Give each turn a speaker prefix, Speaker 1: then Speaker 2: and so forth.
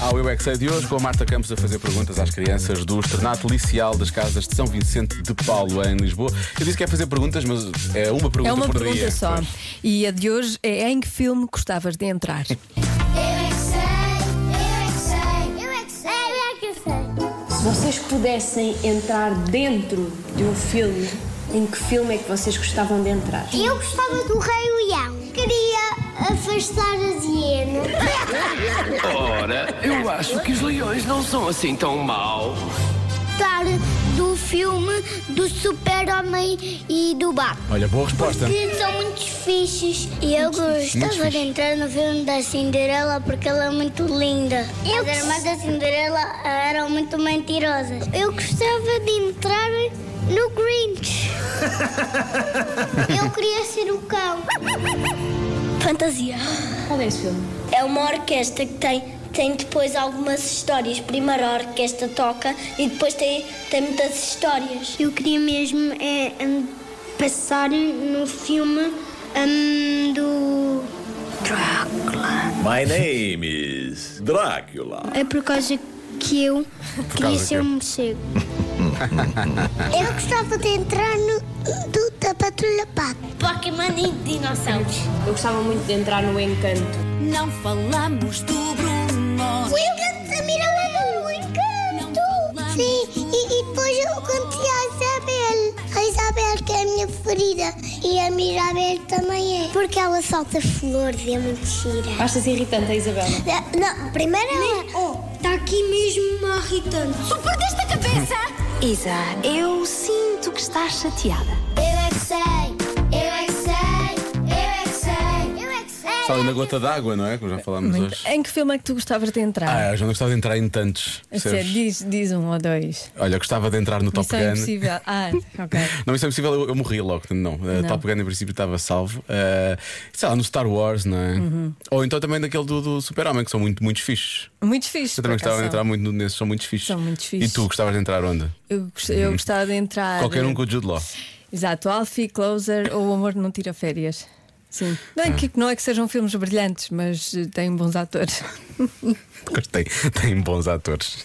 Speaker 1: ao Eu é Que Sei de hoje, com a Marta Campos a fazer perguntas às crianças do Externato Licial das Casas de São Vicente de Paulo, em Lisboa. Eu disse que é fazer perguntas, mas é uma pergunta
Speaker 2: É uma
Speaker 1: por
Speaker 2: pergunta
Speaker 1: dia.
Speaker 2: só.
Speaker 1: Pois.
Speaker 2: E a de hoje é em que filme gostavas de entrar?
Speaker 3: é é
Speaker 4: Se vocês pudessem entrar dentro de um filme, em que filme é que vocês gostavam de entrar?
Speaker 3: Eu gostava do Rei Leão. Queria afastar as hienas.
Speaker 5: Ora, eu acho que os leões não são assim tão maus.
Speaker 3: Gostar do filme do Super-Homem e do Batman.
Speaker 1: Olha, boa resposta.
Speaker 3: Que são muitos fixes. E eu gostava de entrar no filme da Cinderela porque ela é muito linda. As irmãs da Cinderela eram muito mentirosas. Eu gostava de entrar no Grinch. eu queria ser o cão. Fantasia.
Speaker 4: Qual é esse filme?
Speaker 3: É uma orquestra que tem, tem depois algumas histórias. Primeiro a orquestra toca e depois tem, tem muitas histórias. Eu queria mesmo é, hum, passar no filme hum, do Drácula.
Speaker 6: My name is Drácula.
Speaker 3: É por causa que eu queria
Speaker 1: causa ser que- um
Speaker 3: morcego. eu gostava de entrar no do, da Patrulha Pato. Pokémon e dinossauros.
Speaker 4: Eu gostava muito de entrar no Encanto.
Speaker 7: Não falamos do Bruno.
Speaker 3: Foi o canto da Miralanda no encanto. Sim, e, e depois eu cantei a Isabel. A Isabel que é a minha ferida e a Mirabel também é. Porque ela solta flores e é muito gira.
Speaker 4: Achas irritante a Isabela?
Speaker 3: Não, primeiro ela... Oh, está aqui mesmo uma irritante.
Speaker 7: Tu perdeste a cabeça! Isa, eu sinto que estás chateada.
Speaker 3: Eu é que sei, eu é que sei, eu é que sei. Eu é que sei.
Speaker 1: Só ali na gota d'água, não é? Como já falámos hoje.
Speaker 2: Em que filme é que tu gostavas de entrar?
Speaker 1: Ah, já não gostava de entrar em tantos.
Speaker 2: A É sério,
Speaker 1: percebes?
Speaker 2: diz, diz um ou dois.
Speaker 1: Olha, gostava de entrar no Top
Speaker 2: Isso é
Speaker 1: Gun.
Speaker 2: impossível. Ah, ok.
Speaker 1: Não, isso é impossível, eu, eu morri logo, portanto, não. Uh,
Speaker 2: Não.
Speaker 1: Top Gun em princípio estava salvo. Uh, sei lá, no Star Wars, não é?
Speaker 2: Uhum.
Speaker 1: Ou então também daquele do, do Super-Homem, que são muito, muitos fixes.
Speaker 2: Muitos fixos.
Speaker 1: Eu também
Speaker 2: por acaso
Speaker 1: gostava de
Speaker 2: são.
Speaker 1: entrar muito nesses, são muitos fixes.
Speaker 2: São muito fixes.
Speaker 1: E tu gostavas de entrar onde?
Speaker 2: Eu, gost- eu gostava de entrar.
Speaker 1: Uhum.
Speaker 2: eh,
Speaker 1: Qualquer um com o Jude Law.
Speaker 2: Exato, Alfie, Closer ou O Amor Não Tira Férias. Sim. Não é,
Speaker 1: Ah.
Speaker 2: que, não é que sejam filmes brilhantes, mas eh, têm bons atores.
Speaker 1: Tem, tem bons atores.